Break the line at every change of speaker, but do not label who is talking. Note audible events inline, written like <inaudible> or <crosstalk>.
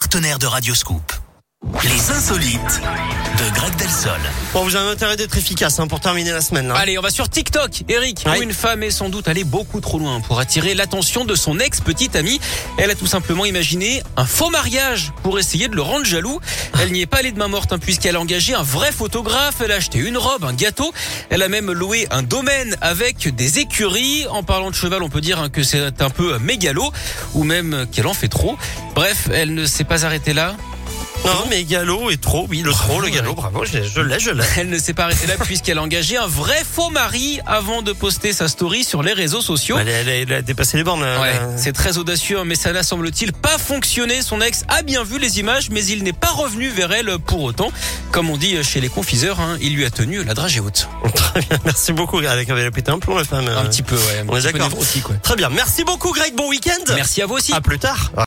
partenaire de Radioscoop. Les insolites de Greg Delsol.
Bon, vous avez intérêt d'être efficace hein, pour terminer la semaine. là.
Allez, on va sur TikTok, Eric,
Ouais.
où une femme est sans doute allée beaucoup trop loin pour attirer l'attention de son ex-petite amie. Elle a tout simplement imaginé un faux mariage pour essayer de le rendre jaloux. Elle n'y est pas allée de main morte, hein, puisqu'elle a engagé un vrai photographe, elle a acheté une robe, un gâteau, elle a même loué un domaine avec des écuries. En parlant de cheval, on peut dire hein, que c'est un peu euh, mégalo, ou même euh, qu'elle en fait trop. Bref, elle ne s'est pas arrêtée là. <laughs>
Non, mais galop et trop, oui, le trop, le galop,
ouais.
bravo, je l'ai, je l'ai, je l'ai.
Elle ne s'est pas arrêtée là puisqu'elle a engagé un vrai faux mari avant de poster sa story sur les réseaux sociaux.
Elle, elle- elle a dépassé les bornes. là.
Ouais, c'est très audacieux, hein, mais ça n'a semble-t-il pas fonctionné. Son ex a bien vu les images, mais il n'est pas revenu vers elle pour autant. Comme on dit chez les confiseurs, hein, il lui a tenu la dragée haute.
<laughs> Très bien, merci beaucoup, Greg. Elle avait pété un plomb, la femme.
Un
euh.
petit peu, ouais. un
On est
petit peu
d'accord.
névrotique, ouais.
Très bien, merci beaucoup, Greg. Bon week-end.
Merci à vous aussi.
À plus tard.